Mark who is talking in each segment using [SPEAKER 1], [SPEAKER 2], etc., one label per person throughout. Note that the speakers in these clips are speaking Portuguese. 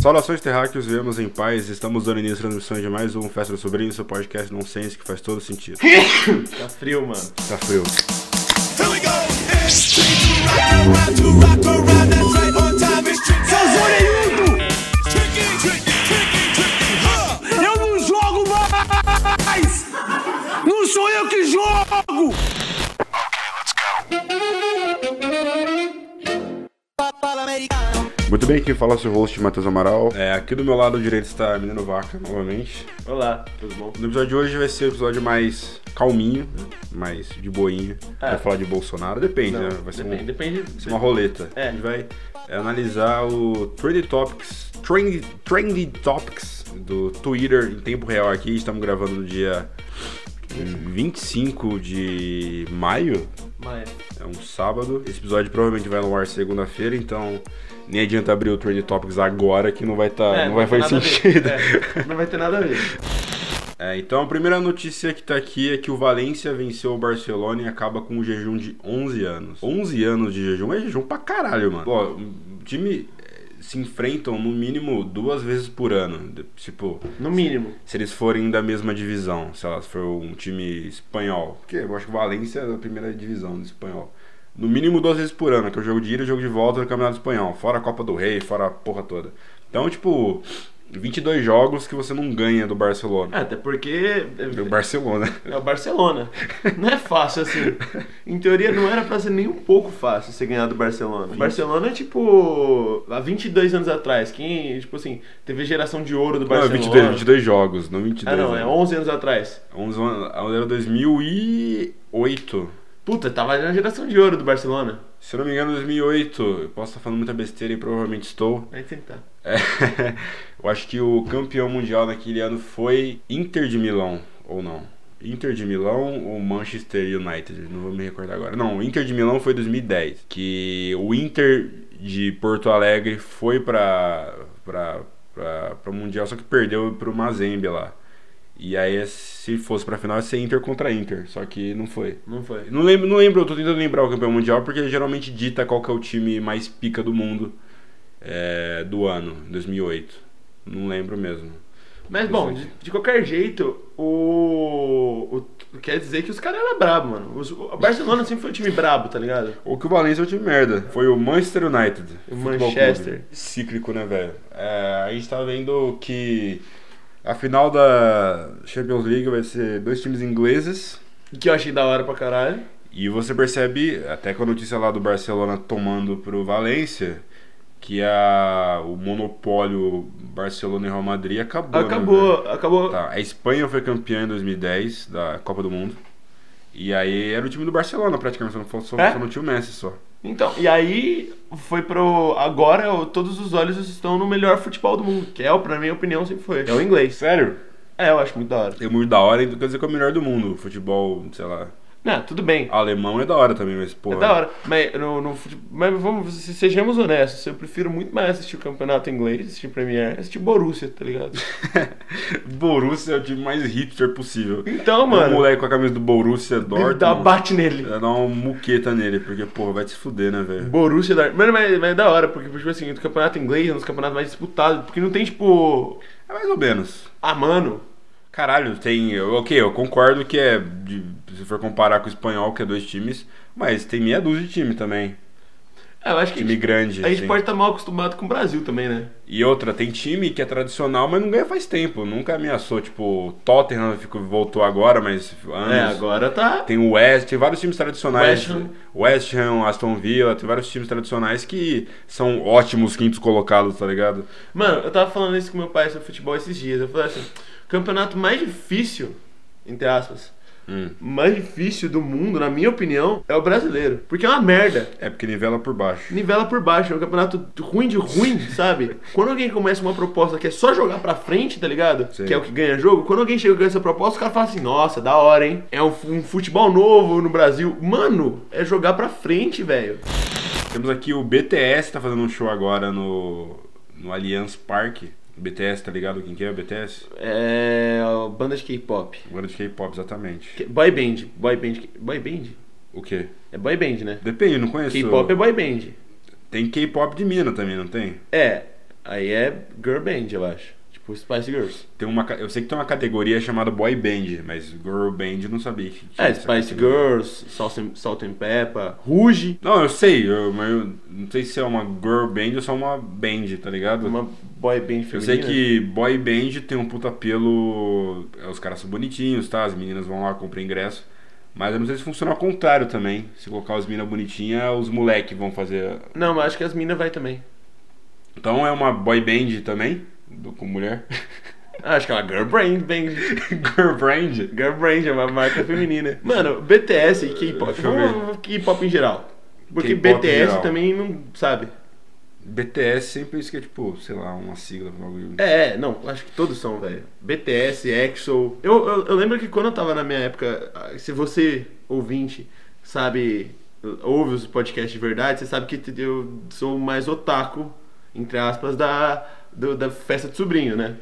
[SPEAKER 1] Saudações terráqueos, viemos em paz. Estamos dando início à transmissão de mais um Festa do Sobrinho, seu podcast nonsense que faz todo sentido.
[SPEAKER 2] Tá frio, mano.
[SPEAKER 1] Tá frio.
[SPEAKER 3] Eu não jogo mais! Não sou eu que jogo!
[SPEAKER 1] Muito bem, quem fala é o seu host, Matheus Amaral. É, aqui do meu lado direito está Menino Vaca, novamente.
[SPEAKER 2] Olá, tudo bom?
[SPEAKER 1] No episódio de hoje vai ser o episódio mais calminho, né? mais de boinha.
[SPEAKER 2] É.
[SPEAKER 1] Vai falar de Bolsonaro, depende, né? Vai ser um-
[SPEAKER 2] depende, depende.
[SPEAKER 1] Isso é uma roleta.
[SPEAKER 2] É.
[SPEAKER 1] A gente vai analisar o Trending Topics, Trending, Trending Topics do Twitter em tempo real aqui. Estamos gravando no dia hum, 25 de maio,
[SPEAKER 2] Mas,
[SPEAKER 1] é um sábado. Esse episódio provavelmente vai no ar segunda-feira, então nem adianta abrir o Trending Topics agora que não vai tá,
[SPEAKER 2] é,
[SPEAKER 1] não vai
[SPEAKER 2] ter
[SPEAKER 1] fazer
[SPEAKER 2] nada a ver.
[SPEAKER 1] sentido.
[SPEAKER 2] É, não vai ter nada a ver.
[SPEAKER 1] É, então a primeira notícia que tá aqui é que o Valência venceu o Barcelona e acaba com um jejum de 11 anos. 11 anos de jejum é jejum pra caralho, mano. Pô, o time eh, se enfrentam no mínimo duas vezes por ano. De- Tipo,
[SPEAKER 2] No mínimo.
[SPEAKER 1] se eles forem da mesma divisão, sei lá, se for um time espanhol. Porque eu acho que o Valência é da primeira divisão do espanhol. No mínimo duas vezes por ano, que é o jogo de ida e o jogo de volta do Campeonato Espanhol. Fora a Copa do Rei, fora a porra toda. Então, tipo, 22 jogos que você não ganha do Barcelona.
[SPEAKER 2] É, até porque.
[SPEAKER 1] Do
[SPEAKER 2] É,
[SPEAKER 1] Barcelona.
[SPEAKER 2] é o Barcelona. Não é fácil assim. Em teoria, não era pra ser nem um pouco fácil você ganhar do Barcelona. O Barcelona é tipo. Há 22 anos atrás. Quem, tipo assim, teve geração de ouro do
[SPEAKER 1] Não, é
[SPEAKER 2] Barcelona.
[SPEAKER 1] 22, 22 jogos, não 22.
[SPEAKER 2] Ah, não, é
[SPEAKER 1] né?
[SPEAKER 2] 11 anos atrás.
[SPEAKER 1] 11 anos. é Era 2008.
[SPEAKER 2] Puta, tava na geração de ouro do Barcelona.
[SPEAKER 1] Se eu não me engano, 2008. Eu posso estar falando muita besteira e provavelmente estou.
[SPEAKER 2] Vai tentar.
[SPEAKER 1] É, eu acho que o campeão mundial naquele ano foi Inter de Milão, ou não? Inter de Milão ou Manchester United? Não vou me recordar agora. Não, Inter de Milão foi 2010, que o Inter de Porto Alegre foi pra para para mundial, só que perdeu pro Mazembe lá. E aí se fosse pra final ia ser Inter contra Inter, só que não foi.
[SPEAKER 2] Não foi.
[SPEAKER 1] Não lembro, não lembro, eu tô tentando lembrar o campeão mundial porque geralmente dita qual que é o time mais pica do mundo é, do ano, 2008. Não lembro mesmo.
[SPEAKER 2] Mas bom, de, de qualquer jeito, o, o- Quer dizer que os caras eram brabos, mano. Os- o Barcelona sempre foi um time brabo, tá ligado?
[SPEAKER 1] O que o Valencia é um time merda. Foi o Manchester United.
[SPEAKER 2] O
[SPEAKER 1] Futebol
[SPEAKER 2] Manchester.
[SPEAKER 1] Clube. Cíclico, né, velho? É, a gente tá vendo que a final da Champions League vai ser dois times ingleses.
[SPEAKER 2] Que eu achei da hora pra caralho.
[SPEAKER 1] E você percebe, até com a notícia lá do Barcelona tomando pro Valência, que a, o monopólio Barcelona e Real Madrid acabou. né, velho?
[SPEAKER 2] Acabou, acabou.
[SPEAKER 1] Tá, a Espanha foi campeã em 2010 da Copa do Mundo. E aí era o time do Barcelona praticamente, só não, fo- só,
[SPEAKER 2] É?
[SPEAKER 1] só não tinha o Messi só.
[SPEAKER 2] Então, e aí foi pro. Agora o- todos os olhos estão no melhor futebol do mundo, que é, o- pra minha opinião, sempre foi. É o inglês.
[SPEAKER 1] Sério?
[SPEAKER 2] É, eu acho muito da hora.
[SPEAKER 1] É muito da hora, então quer dizer que é o melhor do mundo. Futebol, sei lá.
[SPEAKER 2] Não, tudo bem.
[SPEAKER 1] Alemão é da hora também, mas porra.
[SPEAKER 2] É da hora. Mas, no, no fute- mas vamos, se- sejamos honestos, eu prefiro muito mais assistir o campeonato inglês, assistir Premier, assistir Borussia, tá ligado?
[SPEAKER 1] Borussia é o time mais hipster possível.
[SPEAKER 2] Então,
[SPEAKER 1] Um
[SPEAKER 2] mano.
[SPEAKER 1] moleque com a camisa do Borussia
[SPEAKER 2] Ele
[SPEAKER 1] Dortmund.
[SPEAKER 2] dá, bate nele.
[SPEAKER 1] Vai dar uma muqueta nele, porque, porra, vai te fuder, né, velho?
[SPEAKER 2] É. Borussia da. Mano, mas, mas é da hora, porque, tipo assim, o campeonato inglês é um dos campeonatos mais disputados, porque não tem, tipo.
[SPEAKER 1] É mais ou menos.
[SPEAKER 2] Ah, mano.
[SPEAKER 1] Caralho, tem. eu- Ok, eu concordo que é. de- se for comparar com o espanhol, que é dois times, mas tem meia dúzia de time também.
[SPEAKER 2] É, eu acho que.
[SPEAKER 1] Time grande.
[SPEAKER 2] a gente
[SPEAKER 1] assim.
[SPEAKER 2] pode estar mal acostumado com o Brasil também, né?
[SPEAKER 1] E outra, tem time que é tradicional, mas não ganha faz tempo. Nunca ameaçou. Tipo, o Tottenham ficou, voltou agora, mas anos.
[SPEAKER 2] É, agora tá.
[SPEAKER 1] Tem o West, tem vários times tradicionais.
[SPEAKER 2] West Ham.
[SPEAKER 1] West Ham, Aston Villa, tem vários times tradicionais que são ótimos quintos colocados, tá ligado?
[SPEAKER 2] Mano, eu tava falando isso com meu pai sobre futebol esses dias. Eu falei assim: o campeonato mais difícil, entre aspas,
[SPEAKER 1] Hum.
[SPEAKER 2] mais difícil do mundo, na minha opinião, é o brasileiro. Porque é uma merda.
[SPEAKER 1] É porque nivela por baixo.
[SPEAKER 2] Nivela por baixo, é um campeonato ruim de ruim, sabe? Quando alguém começa uma proposta que é só jogar pra frente, tá ligado?
[SPEAKER 1] Sim.
[SPEAKER 2] Que é o que ganha jogo, quando alguém chega com essa proposta, o cara fala assim, nossa, da hora, hein? É um, fu- um futebol novo no Brasil. Mano, é jogar pra frente, velho.
[SPEAKER 1] Temos aqui o BTS, tá fazendo um show agora no, no Allianz Parque. BTS, tá ligado quem que é o BTS?
[SPEAKER 2] É. ó, Banda de K-pop.
[SPEAKER 1] Agora de K-pop, exatamente.
[SPEAKER 2] Que- Boy band. Boy band. Boy band?
[SPEAKER 1] O quê?
[SPEAKER 2] É boy band, né?
[SPEAKER 1] Depende, não conheço.
[SPEAKER 2] K-pop é boy band.
[SPEAKER 1] Tem K-pop de mina também, não tem?
[SPEAKER 2] É. Aí é girl band, eu acho. Tipo Spice Girls.
[SPEAKER 1] Tem uma, ca- eu sei que tem uma categoria chamada boy band, mas girl band eu não sabia que tinha
[SPEAKER 2] É,
[SPEAKER 1] essa
[SPEAKER 2] Spice
[SPEAKER 1] categoria.
[SPEAKER 2] Girls, Salt and, Salt and Pepper, Ruge,
[SPEAKER 1] Não, eu sei, eu, mas eu não sei se é uma girl band ou só uma band, tá ligado?
[SPEAKER 2] uma boy band feminina.
[SPEAKER 1] Eu sei que boy band tem um puta apelo. é, Os caras são bonitinhos, tá? As meninas vão lá, compram ingresso. Mas eu não sei se funciona ao contrário também. Se colocar as meninas bonitinhas, os moleques vão fazer.
[SPEAKER 2] Não, mas acho que as minas vai também.
[SPEAKER 1] Então é uma boy band também, do- com mulher.
[SPEAKER 2] Ah, acho que é uma girl brand, band.
[SPEAKER 1] Girl band?
[SPEAKER 2] Girl brand é uma marca feminina. Mano, BTS e K-pop.
[SPEAKER 1] Deixa eu ver.
[SPEAKER 2] Vamos vamos K-pop em geral. Porque
[SPEAKER 1] K-pop em
[SPEAKER 2] BTS
[SPEAKER 1] geral.
[SPEAKER 2] também não sabe.
[SPEAKER 1] BTS sempre isso que é tipo, sei lá, uma sigla. um algo-
[SPEAKER 2] É, é, não, acho que todos são, velho. BTS, EXO. Eu, eu, eu lembro que quando eu tava na minha época, ah, se você, ouvinte, sabe, ouve os podcasts de verdade, você sabe que t- eu sou mais otaku, entre aspas, da, do- da festa de sobrinho, né?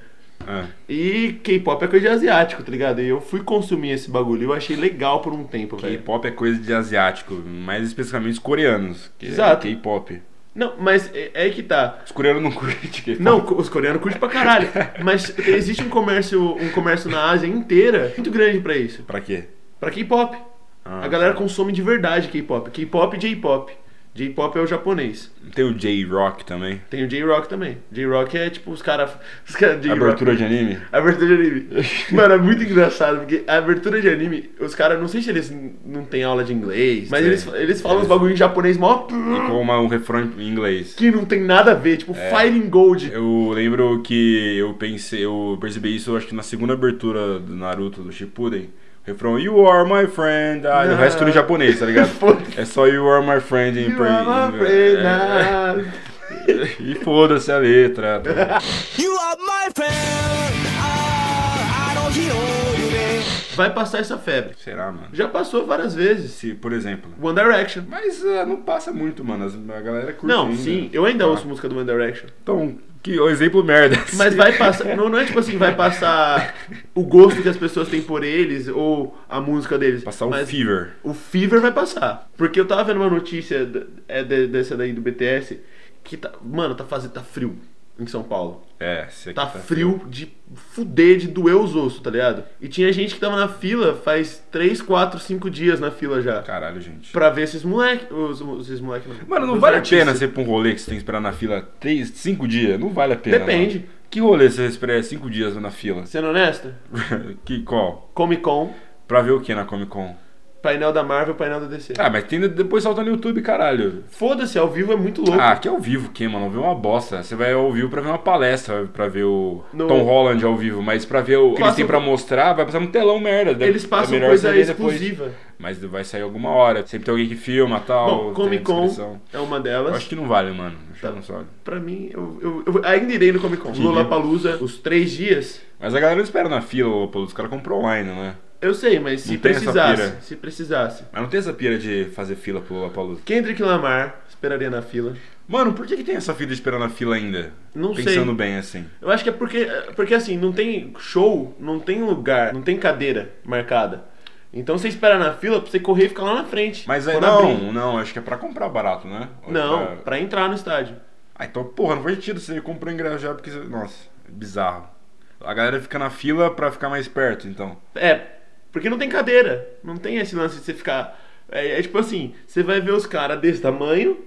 [SPEAKER 1] É.
[SPEAKER 2] E K-pop é coisa de asiático, tá ligado? E eu fui consumir esse bagulho e eu achei legal por um tempo, velho.
[SPEAKER 1] K-pop é coisa de asiático, mais especificamente os coreanos. Que
[SPEAKER 2] Exato.
[SPEAKER 1] É K-pop.
[SPEAKER 2] Não, mas é, é aí que tá.
[SPEAKER 1] Os coreanos não curtem K-pop.
[SPEAKER 2] Não, co- os coreanos curtem pra caralho. Mas existe um comércio, um comércio na Ásia inteira muito grande pra isso.
[SPEAKER 1] Pra quê?
[SPEAKER 2] Pra K-pop.
[SPEAKER 1] Ah,
[SPEAKER 2] a galera consome de verdade K-pop. K-pop e J-pop. J-pop é o japonês.
[SPEAKER 1] Tem o J-Rock também.
[SPEAKER 2] Tem o J-Rock também. J-Rock é tipo os caras. Os cara J-Rock-
[SPEAKER 1] Abertura de anime.
[SPEAKER 2] Abertura de anime. Mano, é muito engraçado, porque a abertura de anime, os caras, não sei se eles n- não têm aula de inglês, mas
[SPEAKER 1] Sim.
[SPEAKER 2] eles, eles falam
[SPEAKER 1] É.
[SPEAKER 2] os bagulho em japonês mó
[SPEAKER 1] com uma- um refrão em inglês.
[SPEAKER 2] que não tem nada a ver, tipo Fighting Gold.
[SPEAKER 1] É. Eu lembro que eu pensei, eu percebi isso acho que na segunda abertura do Naruto do Shippuden. O refrão You are my friend. Ah, e o
[SPEAKER 2] Não.
[SPEAKER 1] resto tudo em japonês, tá ligado?
[SPEAKER 2] Foda-se.
[SPEAKER 1] é só You are my friend em
[SPEAKER 2] You are my
[SPEAKER 1] em-
[SPEAKER 2] friend,
[SPEAKER 1] é,
[SPEAKER 2] ah.
[SPEAKER 1] é. E foda-se a letra. tá?
[SPEAKER 3] You are my friend. Ah, I don't hear you, man.
[SPEAKER 2] Vai passar essa febre.
[SPEAKER 1] Será, mano?
[SPEAKER 2] Já passou várias vezes.
[SPEAKER 1] Se, por exemplo.
[SPEAKER 2] One Direction.
[SPEAKER 1] Mas ah, não passa muito, mano. As- A galera curte.
[SPEAKER 2] Não,
[SPEAKER 1] ainda.
[SPEAKER 2] sim, eu ainda
[SPEAKER 1] Tá.
[SPEAKER 2] ouço música do One Direction.
[SPEAKER 1] Então, que o exemplo merda.
[SPEAKER 2] Mas vai passar. Não, não é tipo assim, vai passar o gosto que as pessoas têm por eles ou a música deles.
[SPEAKER 1] Passar um o
[SPEAKER 2] mas
[SPEAKER 1] Fever.
[SPEAKER 2] O Fever vai passar. Porque eu tava vendo uma notícia d- é de- dessa daí do BTS que tá. Mano, tá fazendo. tá frio em São Paulo.
[SPEAKER 1] É, esse aqui
[SPEAKER 2] Tá frio de fuder, de doer os ossos, tá ligado? E tinha gente que tava na fila faz 3, 4, 5 dias na fila já.
[SPEAKER 1] Caralho, gente.
[SPEAKER 2] Pra ver esses moleque. Os, os- esses moleque não.
[SPEAKER 1] Mano, não
[SPEAKER 2] os
[SPEAKER 1] vale a
[SPEAKER 2] artistas.
[SPEAKER 1] pena você ir pra um rolê que você tem que esperar na fila 3, 5 dias. Não vale a pena.
[SPEAKER 2] Depende.
[SPEAKER 1] mano. Que rolê você espera 5 dias na fila?
[SPEAKER 2] Sendo honesta,
[SPEAKER 1] que, qual?
[SPEAKER 2] Comic Con,
[SPEAKER 1] Pra ver o que na Comic Con?
[SPEAKER 2] painel da Marvel, painel da DC.
[SPEAKER 1] Ah, mas tem, depois solta no YouTube, caralho.
[SPEAKER 2] Foda-se, ao vivo é muito louco.
[SPEAKER 1] Ah, aqui é ao vivo, que, mano? Ver uma bosta. Você vai ao vivo pra ver uma palestra, pra ver o
[SPEAKER 2] No-
[SPEAKER 1] Tom Holland ao vivo, mas pra ver o que eles
[SPEAKER 2] Passam-
[SPEAKER 1] têm pra mostrar, vai passar no telão merda. Deve-
[SPEAKER 2] Eles
[SPEAKER 1] é
[SPEAKER 2] passam
[SPEAKER 1] melhor
[SPEAKER 2] coisa
[SPEAKER 1] você ver depois.
[SPEAKER 2] exclusiva.
[SPEAKER 1] Mas vai sair alguma hora. Sempre tem alguém que filma tal.
[SPEAKER 2] Bom,
[SPEAKER 1] tem
[SPEAKER 2] Comic Con
[SPEAKER 1] descrição.
[SPEAKER 2] é uma
[SPEAKER 1] Eu
[SPEAKER 2] delas.
[SPEAKER 1] acho que não vale, mano. Acho
[SPEAKER 2] Tá.
[SPEAKER 1] que não vale.
[SPEAKER 2] Pra mim, eu, eu, eu ainda irei no Comic Con.
[SPEAKER 1] Que
[SPEAKER 2] Lula Palusa, os três dias.
[SPEAKER 1] Mas a galera não espera na fila, ô, pô, os caras compram online, né?
[SPEAKER 2] Eu sei, mas se
[SPEAKER 1] Não tem essa
[SPEAKER 2] precisasse.
[SPEAKER 1] pira.
[SPEAKER 2] Se precisasse.
[SPEAKER 1] Mas não tem essa pira de fazer fila pro Lollapalooza.
[SPEAKER 2] Kendrick Lamar, esperaria na fila.
[SPEAKER 1] Mano, por que, que tem essa fila de esperar na fila ainda?
[SPEAKER 2] Não sei.
[SPEAKER 1] Pensando bem assim.
[SPEAKER 2] Eu acho que é porque. é Porque assim, não tem show, não tem lugar, não tem cadeira marcada. Então você espera na fila pra você correr e ficar lá na frente.
[SPEAKER 1] Mas aí,
[SPEAKER 2] quando
[SPEAKER 1] não,
[SPEAKER 2] abrir.
[SPEAKER 1] não, acho que é pra comprar barato, né? Ou
[SPEAKER 2] Não,
[SPEAKER 1] Pra...
[SPEAKER 2] pra entrar no estádio.
[SPEAKER 1] Ah, então, porra, não faz sentido você comprar ingresso já porque. você- Nossa, é bizarro. A galera fica na fila pra ficar mais perto, então.
[SPEAKER 2] É, porque não tem cadeira. Não tem esse lance de você ficar. É, é tipo assim, você vai ver os caras desse tamanho,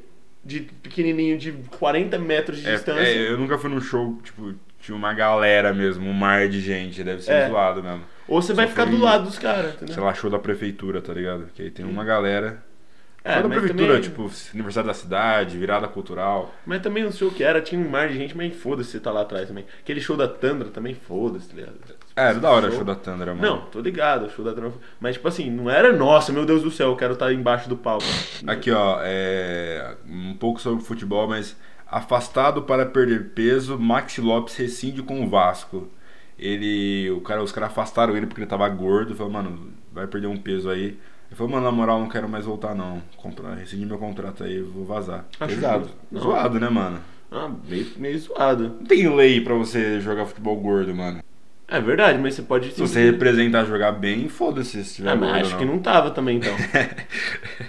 [SPEAKER 2] de pequenininho de 40 metros de
[SPEAKER 1] É,
[SPEAKER 2] distância.
[SPEAKER 1] é, eu nunca fui num show, tipo, tinha uma galera mesmo, um mar de gente, deve ser
[SPEAKER 2] É.
[SPEAKER 1] zoado mesmo.
[SPEAKER 2] Ou você vai
[SPEAKER 1] Só
[SPEAKER 2] ficar
[SPEAKER 1] tem-
[SPEAKER 2] do lado dos caras,
[SPEAKER 1] Sei
[SPEAKER 2] entendeu?
[SPEAKER 1] lá, show da prefeitura, tá ligado? Que aí tem uma galera.
[SPEAKER 2] É,
[SPEAKER 1] Show da
[SPEAKER 2] mas
[SPEAKER 1] prefeitura,
[SPEAKER 2] também-
[SPEAKER 1] tipo, aniversário da cidade, virada cultural.
[SPEAKER 2] Mas também não sei o que era, tinha um mar de gente, mas foda-se você tá lá atrás também. Aquele show da Tandra também, foda-se, tá ligado?
[SPEAKER 1] É, era da hora o
[SPEAKER 2] Show.
[SPEAKER 1] show da Tandra, mano.
[SPEAKER 2] Não, tô ligado, o show da Tandra. Mas tipo assim, não era nossa, meu Deus do céu, eu quero estar embaixo do palco.
[SPEAKER 1] Aqui, ó, é... um pouco sobre futebol, mas afastado para perder peso, Maxi Lopes rescinde com o Vasco. Ele, o cara, os caras afastaram ele porque ele tava gordo, falou, mano, vai perder um peso aí. Ele falou, mano, na moral, não quero mais voltar não. Contra... Rescindi meu contrato aí, vou vazar.
[SPEAKER 2] Acho
[SPEAKER 1] Pesado.
[SPEAKER 2] justo. Não.
[SPEAKER 1] Zoado, né, mano?
[SPEAKER 2] Ah, meio, meio zoado.
[SPEAKER 1] Não tem lei pra você jogar futebol gordo, mano.
[SPEAKER 2] É verdade, mas você pode.
[SPEAKER 1] Se você representar jogar bem, foda-se se tiver
[SPEAKER 2] Ah,
[SPEAKER 1] gordo
[SPEAKER 2] mas acho
[SPEAKER 1] ou
[SPEAKER 2] que não tava também, então.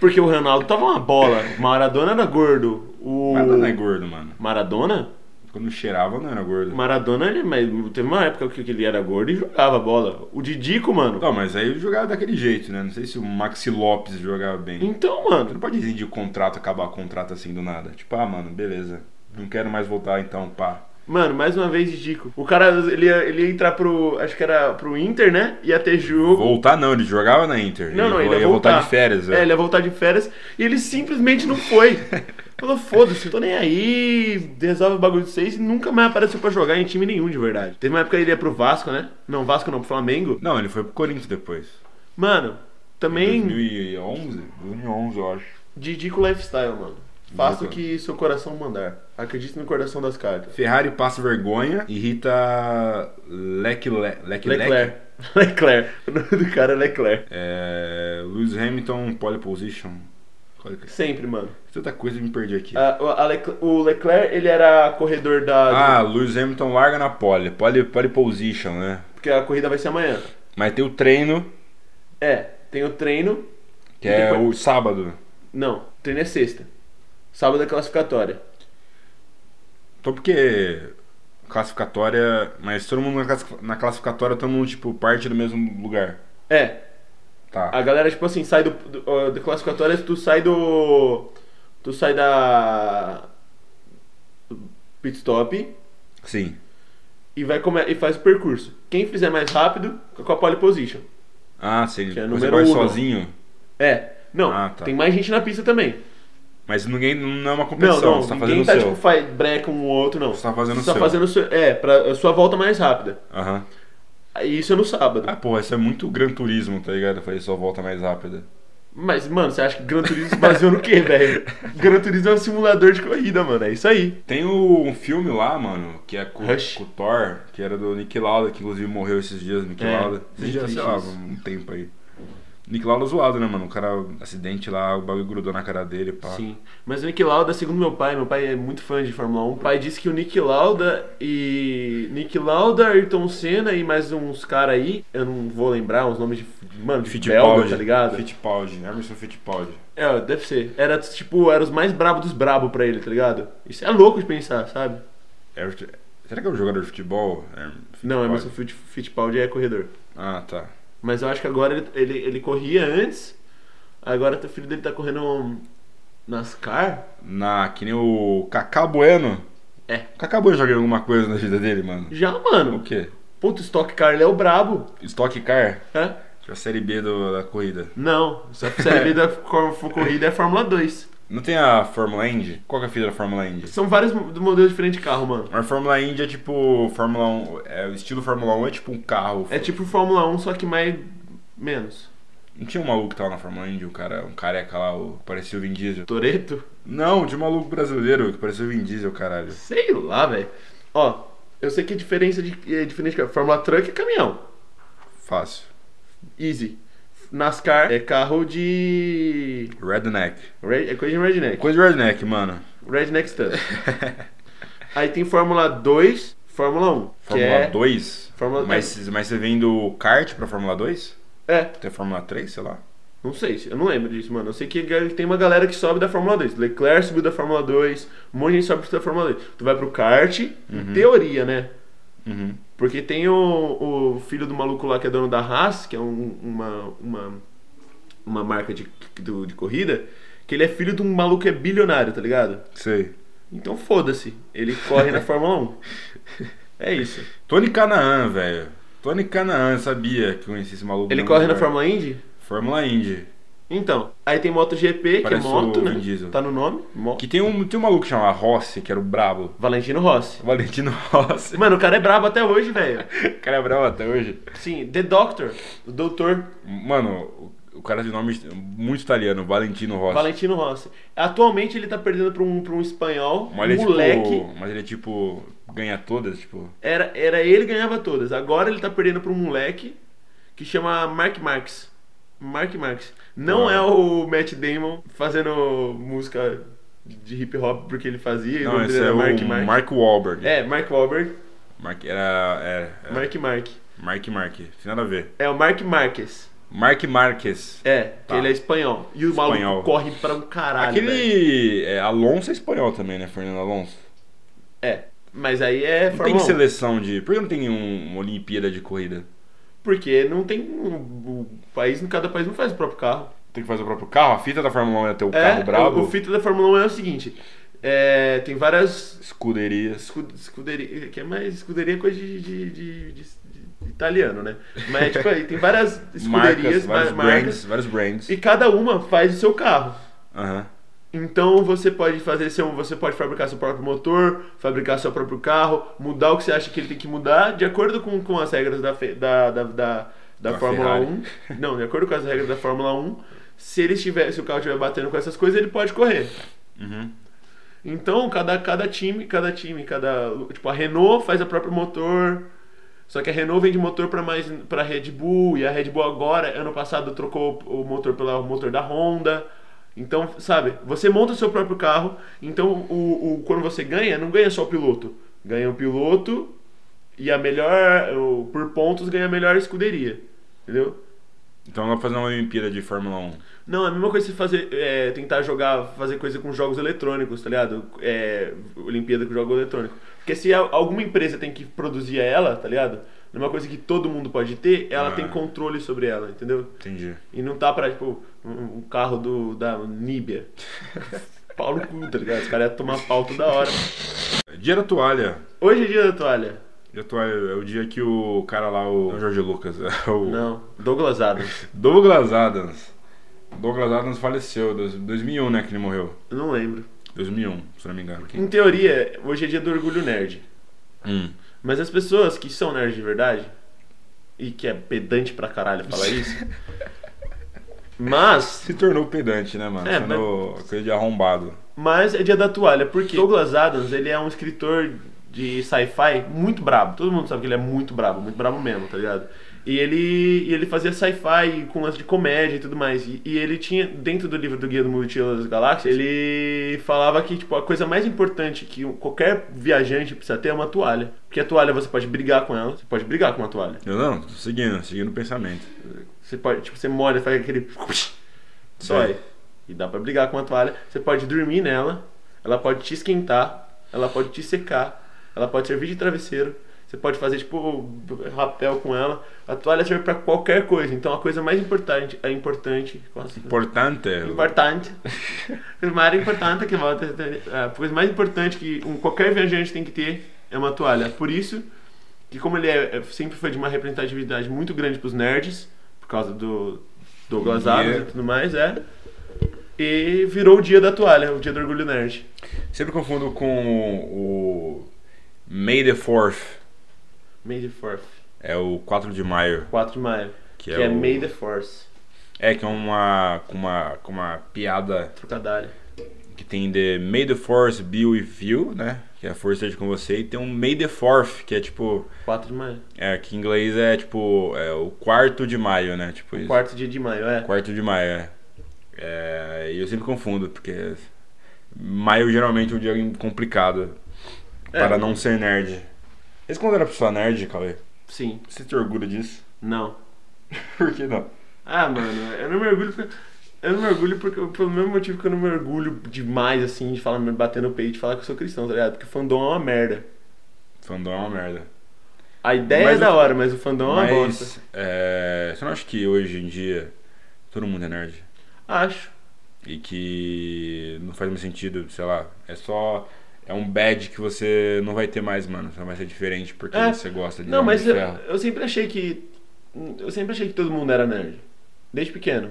[SPEAKER 2] Porque o Ronaldo tava uma bola. Maradona era gordo. O.
[SPEAKER 1] Nada não é gordo, mano.
[SPEAKER 2] Maradona?
[SPEAKER 1] Quando cheirava, não era gordo.
[SPEAKER 2] Maradona, ele, é, mas teve uma época que ele era gordo e jogava bola. O Didico, mano.
[SPEAKER 1] Não, mas aí eu jogava daquele jeito, né? Não sei se o Maxi Lopes jogava bem.
[SPEAKER 2] Então,
[SPEAKER 1] Você
[SPEAKER 2] mano.
[SPEAKER 1] não pode exigir contrato, acabar contrato assim do nada. Tipo, ah, mano, beleza. Não quero mais voltar então, pá.
[SPEAKER 2] Mano, mais uma vez, Didico. O cara, ele ia, ele ia entrar pro. Acho que era pro Inter, né? Ia ter jogo.
[SPEAKER 1] Voltar não, ele jogava na Inter.
[SPEAKER 2] Não, não, ele ia,
[SPEAKER 1] voltar. de férias,
[SPEAKER 2] É, ele ia voltar de férias e ele simplesmente não foi. Falou, foda-se, tô nem aí, resolve o bagulho de vocês e nunca mais apareceu pra jogar em time nenhum de verdade. Teve uma época que ele ia pro Vasco, né? Não, Vasco não, pro Flamengo.
[SPEAKER 1] Não, ele foi pro Corinthians depois.
[SPEAKER 2] Mano, também
[SPEAKER 1] 2011? 2011, eu acho.
[SPEAKER 2] Didico Lifestyle, mano. Faça o
[SPEAKER 1] Didico.
[SPEAKER 2] que seu coração mandar. Acredite no coração das cartas.
[SPEAKER 1] Ferrari passa vergonha, irrita Leclerc.
[SPEAKER 2] Leclerc. Leclerc. O nome do cara é Leclerc.
[SPEAKER 1] É, Lewis Hamilton, pole position. Olha que-
[SPEAKER 2] Sempre, mano.
[SPEAKER 1] Tanta coisa eu me perdi aqui.
[SPEAKER 2] A- o- a Leclerc- o Leclerc, ele era corredor da.
[SPEAKER 1] Ah, Lewis Hamilton larga na pole. Pole, pole position, né?
[SPEAKER 2] Porque a corrida vai ser amanhã.
[SPEAKER 1] Mas tem o treino,
[SPEAKER 2] É, tem o treino.
[SPEAKER 1] que é
[SPEAKER 2] Depois-
[SPEAKER 1] o sábado.
[SPEAKER 2] Não, treino é sexta. Sábado é classificatória.
[SPEAKER 1] Então porque classificatória. Mas todo mundo na classific- na classificatória, todo mundo, tipo, parte do mesmo lugar.
[SPEAKER 2] É,
[SPEAKER 1] Tá.
[SPEAKER 2] a galera, tipo assim, sai do. do, ó, da classificatória, tu sai do. Tu sai da. do pit stop
[SPEAKER 1] Sim.
[SPEAKER 2] e vai come, e faz o percurso. Quem fizer mais rápido, fica com a pole position.
[SPEAKER 1] Ah, sim.
[SPEAKER 2] Que é
[SPEAKER 1] Você
[SPEAKER 2] número
[SPEAKER 1] vai
[SPEAKER 2] uno.
[SPEAKER 1] sozinho.
[SPEAKER 2] É. Não,
[SPEAKER 1] Ah, tá.
[SPEAKER 2] tem mais gente na pista também.
[SPEAKER 1] Mas ninguém não é uma competição,
[SPEAKER 2] Não, não,
[SPEAKER 1] você tá fazendo
[SPEAKER 2] ninguém
[SPEAKER 1] o
[SPEAKER 2] tá,
[SPEAKER 1] seu.
[SPEAKER 2] tipo, faz breca um ou outro, não.
[SPEAKER 1] Você tá fazendo o
[SPEAKER 2] Só
[SPEAKER 1] seu.
[SPEAKER 2] fazendo o seu. É, pra a sua volta mais rápida.
[SPEAKER 1] Aham.
[SPEAKER 2] Aí Isso é no sábado.
[SPEAKER 1] Ah, porra, isso é muito Gran Turismo, tá ligado? Eu falei, só volta mais rápida.
[SPEAKER 2] Mas, mano, você acha que Gran Turismo se baseou no quê, velho? Gran Turismo é um simulador de corrida, mano. É isso aí.
[SPEAKER 1] Tem o- um filme lá, mano, que é com,
[SPEAKER 2] Rush?
[SPEAKER 1] com o Thor, que era do Nick Lauda, que inclusive morreu esses dias, Nick
[SPEAKER 2] É,
[SPEAKER 1] Lauda.
[SPEAKER 2] bem
[SPEAKER 1] Esses dias, sei
[SPEAKER 2] triste
[SPEAKER 1] lá,
[SPEAKER 2] isso.
[SPEAKER 1] um tempo aí. Nick Lauda zoado, né, mano? O cara, acidente lá, o bagulho grudou na cara dele, pá.
[SPEAKER 2] Sim. Mas o Nick Lauda, segundo meu pai, meu pai é muito fã de Fórmula 1. O pai disse que o Nick Lauda e. Nick Lauda, Ayrton Senna e mais uns caras aí. Eu não vou lembrar uns nomes de. Mano, de belga, tá ligado?
[SPEAKER 1] Fittipaldi, Emerson Fittipaldi.
[SPEAKER 2] É, deve ser. Era tipo, era os mais brabos dos brabos pra ele, tá ligado? Isso é louco de pensar, sabe?
[SPEAKER 1] Emerson- Será que é um jogador de futebol? É,
[SPEAKER 2] Não,
[SPEAKER 1] Fittipaldi?
[SPEAKER 2] Emerson Fitt- Fittipaldi é corredor.
[SPEAKER 1] Ah, tá.
[SPEAKER 2] Mas eu acho que agora ele, ele, ele corria antes. Agora o filho dele tá correndo um NASCAR.
[SPEAKER 1] Na, que nem o Cacá Bueno.
[SPEAKER 2] É.
[SPEAKER 1] O Cacá Bueno joga alguma coisa na vida dele, mano.
[SPEAKER 2] Já,
[SPEAKER 1] O
[SPEAKER 2] mano.
[SPEAKER 1] quê?
[SPEAKER 2] Puta, o Stock Car ele é o brabo. né?
[SPEAKER 1] Stock Car?
[SPEAKER 2] Hã?
[SPEAKER 1] A série B do- da corrida.
[SPEAKER 2] Não, só pra série B da cor- corrida é a Fórmula 2.
[SPEAKER 1] Não tem a Fórmula Indy? Qual que é a fita da Fórmula Indy?
[SPEAKER 2] São vários mo- modelos diferentes de carro, mano.
[SPEAKER 1] A Fórmula Indy é tipo. Fórmula 1. É, o estilo Fórmula 1 é tipo um carro.
[SPEAKER 2] É tipo Fórmula 1, só que mais. menos.
[SPEAKER 1] Não tinha um maluco que tava na Fórmula Indy, um cara, um careca lá, o, parecia o Vin Diesel.
[SPEAKER 2] Toreto?
[SPEAKER 1] Não, tinha um maluco brasileiro que parecia o Vin Diesel, caralho.
[SPEAKER 2] Sei lá, velho. Ó, eu sei que a diferença de, é diferente de Fórmula Truck é caminhão.
[SPEAKER 1] Fácil.
[SPEAKER 2] Easy. NASCAR é carro de.
[SPEAKER 1] Redneck.
[SPEAKER 2] Red- É coisa de redneck.
[SPEAKER 1] Coisa de redneck, mano.
[SPEAKER 2] Redneck Stuff. Aí tem Fórmula 2, Fórmula 1. que
[SPEAKER 1] Fórmula
[SPEAKER 2] é...
[SPEAKER 1] 2?
[SPEAKER 2] Fórmula-
[SPEAKER 1] Mas, mas você vem do kart pra Fórmula 2?
[SPEAKER 2] É,
[SPEAKER 1] Até Fórmula 3, sei lá.
[SPEAKER 2] não sei, eu não lembro disso, mano. Eu sei que ga- tem uma galera que sobe da Fórmula 2. Leclerc subiu da Fórmula 2, um monte de gente sobe da Fórmula 2. Tu vai pro kart, em teoria, né?
[SPEAKER 1] Uhum.
[SPEAKER 2] Porque tem o, o filho do maluco lá que é dono da Haas, que é um- uma, uma, uma marca de, do- de corrida, que ele é filho de um maluco que é bilionário, tá ligado?
[SPEAKER 1] Sei.
[SPEAKER 2] Então foda-se, ele corre na Fórmula 1. É isso.
[SPEAKER 1] Tony Canaan, velho. Tony Canaan, sabia que eu conhecia esse maluco.
[SPEAKER 2] Ele
[SPEAKER 1] do
[SPEAKER 2] corre na
[SPEAKER 1] lugar.
[SPEAKER 2] Fórmula Indy?
[SPEAKER 1] Fórmula Indy.
[SPEAKER 2] Então, aí tem MotoGP, que é
[SPEAKER 1] Parece
[SPEAKER 2] moto,
[SPEAKER 1] o
[SPEAKER 2] né?
[SPEAKER 1] Vin Diesel.
[SPEAKER 2] Tá no nome. Mo...
[SPEAKER 1] Que tem um, tem um maluco chamado Rossi, que era o brabo.
[SPEAKER 2] Valentino Rossi.
[SPEAKER 1] Valentino Rossi.
[SPEAKER 2] Mano, o cara é brabo até hoje, velho.
[SPEAKER 1] O cara é brabo até hoje.
[SPEAKER 2] Sim, The Doctor, o doutor
[SPEAKER 1] Mano, o, o cara de nome muito italiano, Valentino Rossi.
[SPEAKER 2] Valentino Rossi. Atualmente ele tá perdendo pra um, pra um espanhol,
[SPEAKER 1] Mas ele é
[SPEAKER 2] um moleque.
[SPEAKER 1] tipo. Mas ele é tipo. Ganha todas, tipo.
[SPEAKER 2] Era, era ele que ganhava todas. Agora ele tá perdendo pra um moleque que chama Mark Marx. Mark Marx. Não
[SPEAKER 1] Ah.
[SPEAKER 2] é o Matt Damon fazendo música de hip hop porque ele fazia. e o
[SPEAKER 1] Não,
[SPEAKER 2] nome
[SPEAKER 1] esse
[SPEAKER 2] dele
[SPEAKER 1] é
[SPEAKER 2] era
[SPEAKER 1] o
[SPEAKER 2] Mark
[SPEAKER 1] Mark,
[SPEAKER 2] Marx.
[SPEAKER 1] Wahlberg.
[SPEAKER 2] É, Mark Wahlberg,
[SPEAKER 1] Mark, era. É, é,
[SPEAKER 2] Mark Mark.
[SPEAKER 1] Mark Mark. Tem nada a ver.
[SPEAKER 2] É o Mark Marques.
[SPEAKER 1] Mark Marques.
[SPEAKER 2] É, que
[SPEAKER 1] Tá.
[SPEAKER 2] ele é espanhol. E o maluco
[SPEAKER 1] Espanhol.
[SPEAKER 2] corre pra um caralho. velho.
[SPEAKER 1] Aquele. é, Alonso é espanhol também, né? Fernando Alonso.
[SPEAKER 2] É. Mas aí é
[SPEAKER 1] Não
[SPEAKER 2] Fórmula
[SPEAKER 1] tem
[SPEAKER 2] 1.
[SPEAKER 1] seleção de. Por que não tem um- uma Olimpíada de corrida?
[SPEAKER 2] Porque não tem. um- O país, cada país não faz o próprio carro.
[SPEAKER 1] Tem que fazer o próprio carro? A fita da Fórmula 1 é ter o
[SPEAKER 2] é,
[SPEAKER 1] carro brabo?
[SPEAKER 2] O, o fita da Fórmula 1 é o seguinte: é, tem várias
[SPEAKER 1] Escuderias.
[SPEAKER 2] escu- escuderia que é mais escuderia é coisa de, de- de- de- de italiano, né? Mas tipo aí tem várias
[SPEAKER 1] Marcas,
[SPEAKER 2] escuderias,
[SPEAKER 1] vários
[SPEAKER 2] ma-
[SPEAKER 1] brands.
[SPEAKER 2] marcas
[SPEAKER 1] Vários brands.
[SPEAKER 2] e cada uma faz o seu carro.
[SPEAKER 1] Aham.
[SPEAKER 2] Então você pode fazer seu, você pode fabricar seu próprio motor, fabricar seu próprio carro, mudar o que você acha que ele tem que mudar de acordo com, com as regras da fe- da, da, da, da
[SPEAKER 1] Da
[SPEAKER 2] Fórmula
[SPEAKER 1] Ferrari.
[SPEAKER 2] 1. Não, de acordo com as regras da Fórmula 1, se ele estiver, se o carro estiver batendo com essas coisas, ele pode correr.
[SPEAKER 1] Uhum.
[SPEAKER 2] Então, cada, cada time, cada time, cada. Tipo, a Renault faz a própria motor. Só que a Renault vende motor para mais para Red Bull e a Red Bull agora ano passado trocou o motor pelo motor da Honda. Então, sabe, você monta o seu próprio carro. Então, o, o- quando você ganha, não ganha só o piloto. Ganha o piloto e a melhor o- por pontos ganha a melhor escuderia. Entendeu?
[SPEAKER 1] Então dá pra fazer uma Olimpíada de Fórmula 1.
[SPEAKER 2] Não, é a mesma coisa você fazer, é, tentar jogar, fazer coisa com jogos eletrônicos, tá ligado? É, Olimpíada com jogo eletrônico. Porque se a- alguma empresa tem que produzir ela, tá ligado? Não é uma coisa que todo mundo pode ter, ela
[SPEAKER 1] Ah.
[SPEAKER 2] tem controle sobre ela, entendeu?
[SPEAKER 1] Entendi.
[SPEAKER 2] E não tá pra, tipo, um, um carro do, da Níbia. Pau no cu, tá ligado? Os caras iam tomar pau toda hora.
[SPEAKER 1] Dia da toalha.
[SPEAKER 2] Hoje é dia da toalha.
[SPEAKER 1] Dia da toalha é o dia que o cara lá, o. Não, Jorge Lucas. É o
[SPEAKER 2] Não, Douglas Adams.
[SPEAKER 1] Douglas Adams. Douglas Adams faleceu. dois- 2001, né? Que ele morreu.
[SPEAKER 2] Eu não lembro.
[SPEAKER 1] 2001, se não me engano.
[SPEAKER 2] Em teoria, hoje é dia do orgulho nerd.
[SPEAKER 1] Hum.
[SPEAKER 2] Mas as pessoas que são nerds de verdade, e que é pedante pra caralho falar isso, mas,
[SPEAKER 1] Se tornou pedante, né, mano?
[SPEAKER 2] É,
[SPEAKER 1] Sendo coisa de arrombado.
[SPEAKER 2] mas é dia da toalha, porque Douglas Adams, ele é um escritor de sci-fi muito brabo. Todo mundo sabe que ele é muito brabo, muito brabo mesmo, tá ligado? E ele, e ele fazia sci-fi com lance de comédia e tudo mais. E, e ele tinha, dentro do livro do Guia do Mochila das Galáxias, ele falava que tipo, a coisa mais importante que qualquer viajante precisa ter é uma toalha. Porque a toalha você pode brigar com ela, você pode brigar com uma toalha.
[SPEAKER 1] Eu não, tô seguindo, seguindo o pensamento.
[SPEAKER 2] Você pode, tipo, você molha, faz aquele.
[SPEAKER 1] Então, É.
[SPEAKER 2] Dói. E dá pra brigar com a toalha. Você pode dormir nela, ela pode te esquentar, ela pode te secar, ela pode servir de travesseiro. Você pode fazer, tipo, rapel com ela. A toalha serve pra qualquer coisa. Então a coisa mais importante é importante. Nossa,
[SPEAKER 1] Importante. é
[SPEAKER 2] Importante. Coisa mais importante que volta. A coisa mais importante que um, qualquer viajante tem que ter é uma toalha. Por isso que como ele é, é- sempre foi de uma representatividade muito grande pros nerds, por causa do Douglas
[SPEAKER 1] Yeah.
[SPEAKER 2] Adams e tudo mais, é. E virou o dia da toalha, o dia do orgulho nerd.
[SPEAKER 1] Sempre confundo com o May the 4th.
[SPEAKER 2] May the 4th,
[SPEAKER 1] É o 4 de maio.
[SPEAKER 2] 4 de maio.
[SPEAKER 1] Que
[SPEAKER 2] Que,
[SPEAKER 1] é
[SPEAKER 2] é,
[SPEAKER 1] o-
[SPEAKER 2] May the Force,
[SPEAKER 1] É, que é uma, com uma, com uma piada
[SPEAKER 2] trocadalho.
[SPEAKER 1] que tem The May the Force be with you, né? Que é a força esteja com você. E tem um May the 4th, que é tipo.
[SPEAKER 2] 4 de maio.
[SPEAKER 1] É, que em inglês é tipo. É o quarto de maio, né? Tipo isso.
[SPEAKER 2] Quarto dia de maio, é.
[SPEAKER 1] Quarto de maio, é. É, E eu sempre confundo, porque. Maio geralmente é um dia complicado.
[SPEAKER 2] É.
[SPEAKER 1] Para não ser nerd. Esse quando era pessoa nerd, Cauê?
[SPEAKER 2] Sim.
[SPEAKER 1] Você te orgulha disso?
[SPEAKER 2] Não.
[SPEAKER 1] Por que não?
[SPEAKER 2] Ah, mano, eu não me orgulho porque. Eu não me orgulho porque, pelo mesmo motivo que eu não me orgulho demais, assim, de falar, me bater no peito e falar que eu sou cristão, tá ligado? Porque fandom é uma merda.
[SPEAKER 1] Fandom é uma merda.
[SPEAKER 2] A ideia
[SPEAKER 1] Mas
[SPEAKER 2] é da
[SPEAKER 1] o-
[SPEAKER 2] hora, mas o fandom é uma bosta.
[SPEAKER 1] Mas, é, você não acha que hoje em dia todo mundo é nerd?
[SPEAKER 2] Acho.
[SPEAKER 1] E que não faz mais sentido, sei lá, é só. É um badge que você não vai ter mais, mano. Só vai ser diferente porque
[SPEAKER 2] É.
[SPEAKER 1] você gosta de
[SPEAKER 2] Não,
[SPEAKER 1] Homem
[SPEAKER 2] mas
[SPEAKER 1] de
[SPEAKER 2] eu,
[SPEAKER 1] ferro.
[SPEAKER 2] eu sempre achei que. Eu sempre achei que todo mundo era nerd. Desde pequeno.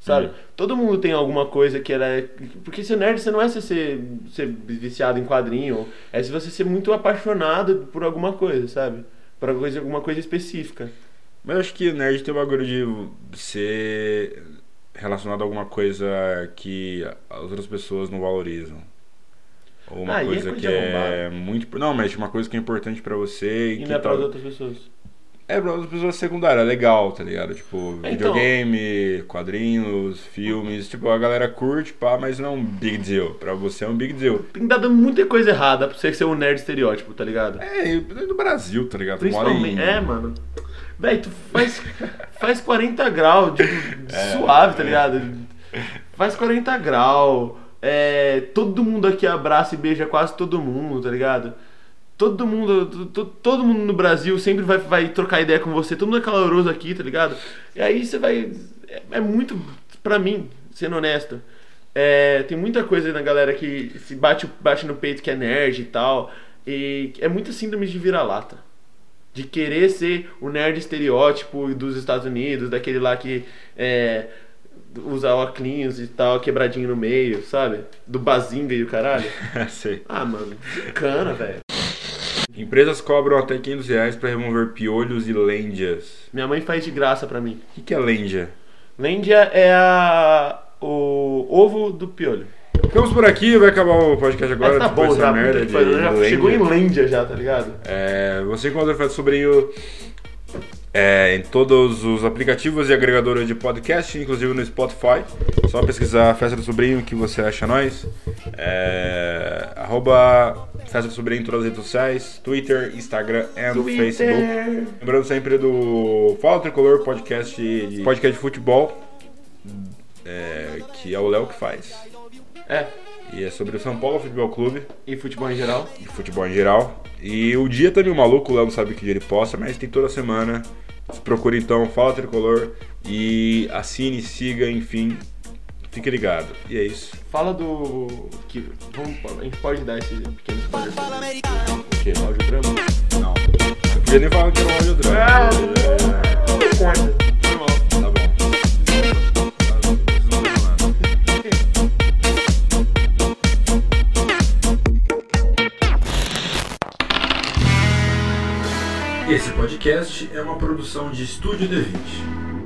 [SPEAKER 2] Sabe?
[SPEAKER 1] Uhum.
[SPEAKER 2] Todo mundo tem alguma coisa que era. Porque ser nerd você não é você ser, ser viciado em quadrinho. É se você ser muito apaixonado por alguma coisa, sabe? Por alguma coisa, alguma coisa específica.
[SPEAKER 1] Mas eu acho que nerd tem o bagulho de ser relacionado a alguma coisa que as outras pessoas não valorizam. Ou uma
[SPEAKER 2] Ah, e é
[SPEAKER 1] coisa
[SPEAKER 2] coisa
[SPEAKER 1] que é muito. Não, mas uma coisa que é importante pra você
[SPEAKER 2] E
[SPEAKER 1] que tá-
[SPEAKER 2] não é para
[SPEAKER 1] tal-
[SPEAKER 2] outras pessoas.
[SPEAKER 1] É, pra outras pessoas secundárias, é legal, tá ligado? Tipo,
[SPEAKER 2] É, então-
[SPEAKER 1] videogame, quadrinhos, filmes, tipo, a galera curte, pá, mas não é um big deal. Pra você é um big deal.
[SPEAKER 2] Tem dado muita coisa errada pra você ser um nerd estereótipo, tá ligado?
[SPEAKER 1] É, e do Brasil, tá ligado? Tu mora em-
[SPEAKER 2] Principalmente. É, mano. Véi, tu faz, faz 40 graus, tipo, de suave, tá ligado? Faz 40 graus. É, todo mundo aqui abraça e beija quase todo mundo, tá ligado? Todo mundo, to- to- todo mundo no Brasil sempre vai, vai trocar ideia com você, todo mundo é caloroso aqui, tá ligado? E aí você vai. É, é muito, pra mim, sendo honesto, é, tem muita coisa aí na galera que se bate, bate no peito que é nerd e tal. E é muita síndrome de vira-lata. De querer ser o nerd estereótipo dos Estados Unidos, daquele lá que é, usa óculos e tal, quebradinho no meio, sabe? Do bazinga e o caralho.
[SPEAKER 1] Sei.
[SPEAKER 2] Ah, mano, cana, velho.
[SPEAKER 1] Empresas cobram até 500 reais pra remover piolhos e lêndias.
[SPEAKER 2] Minha mãe faz de graça pra mim.
[SPEAKER 1] O que, que é lêndia?
[SPEAKER 2] Lêndia é a. o ovo do piolho.
[SPEAKER 1] Ficamos por aqui, vai acabar o podcast agora.
[SPEAKER 2] Mas tá
[SPEAKER 1] depois
[SPEAKER 2] bom
[SPEAKER 1] dessa
[SPEAKER 2] já,
[SPEAKER 1] merda
[SPEAKER 2] merda
[SPEAKER 1] de
[SPEAKER 2] já
[SPEAKER 1] lêndia.
[SPEAKER 2] chegou em Lândia já, tá ligado?
[SPEAKER 1] É, você encontra fato sobre o é, em todos os aplicativos e agregadores de podcast, inclusive no Spotify. Só pesquisar Festa do Sobrinho, que você acha nós. É, arroba Festa do Sobrinho em todas as redes sociais, Twitter, Instagram e Facebook. Lembrando sempre do Fala Tricolor, podcast de, podcast de futebol, é, que é o Léo que faz.
[SPEAKER 2] É,
[SPEAKER 1] E é sobre o São Paulo Futebol Clube
[SPEAKER 2] e futebol em geral.
[SPEAKER 1] de futebol em geral. E o dia tá meio maluco, o Léo não sabe que dia ele posta, mas tem toda semana. Se procura então, fala tricolor e assine, siga, enfim. Fique ligado. E é isso.
[SPEAKER 2] Fala do. Que, vamos, a gente pode dar esse pequeno spoiler
[SPEAKER 3] Fala
[SPEAKER 2] sobre
[SPEAKER 3] americano.
[SPEAKER 2] o audiodrama?
[SPEAKER 1] Não. Eu podia nem falar que era um audiodrama.
[SPEAKER 2] Ah,
[SPEAKER 1] É,
[SPEAKER 2] Corta, normal.
[SPEAKER 1] Tá bom. Tá bom, vocês não vão falar. Esse podcast é uma produção de Estúdio D20.